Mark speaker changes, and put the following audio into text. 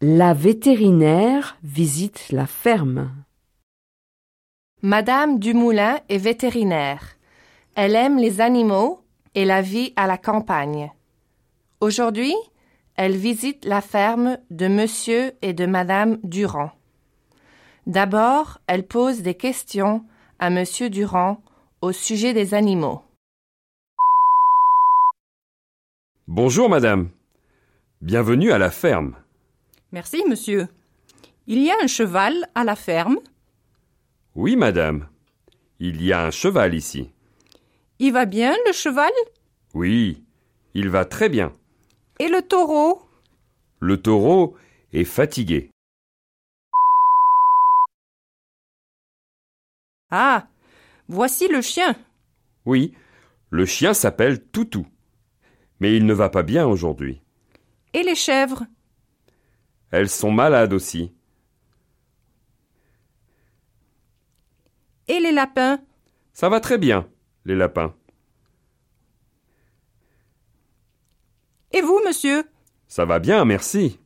Speaker 1: La vétérinaire visite la ferme.
Speaker 2: Madame Dumoulin est vétérinaire. Elle aime les animaux et la vie à la campagne. Aujourd'hui, elle visite la ferme de Monsieur et de Madame Durand. D'abord, elle pose des questions à Monsieur Durand au sujet des animaux.
Speaker 3: Bonjour, madame. Bienvenue à la ferme.
Speaker 4: Merci, monsieur. Il y a un cheval à la ferme.
Speaker 3: Oui, madame. Il y a un cheval ici.
Speaker 4: Il va bien, le cheval
Speaker 3: Oui, il va très bien.
Speaker 4: Et le taureau
Speaker 3: Le taureau est fatigué.
Speaker 4: Ah, voici le chien.
Speaker 3: Oui, le chien s'appelle Toutou. Mais il ne va pas bien aujourd'hui.
Speaker 4: Et les chèvres
Speaker 3: Elles sont malades aussi.
Speaker 4: Et les lapins
Speaker 3: Ça va très bien, les lapins.
Speaker 4: Et vous, monsieur
Speaker 3: Ça va bien, merci.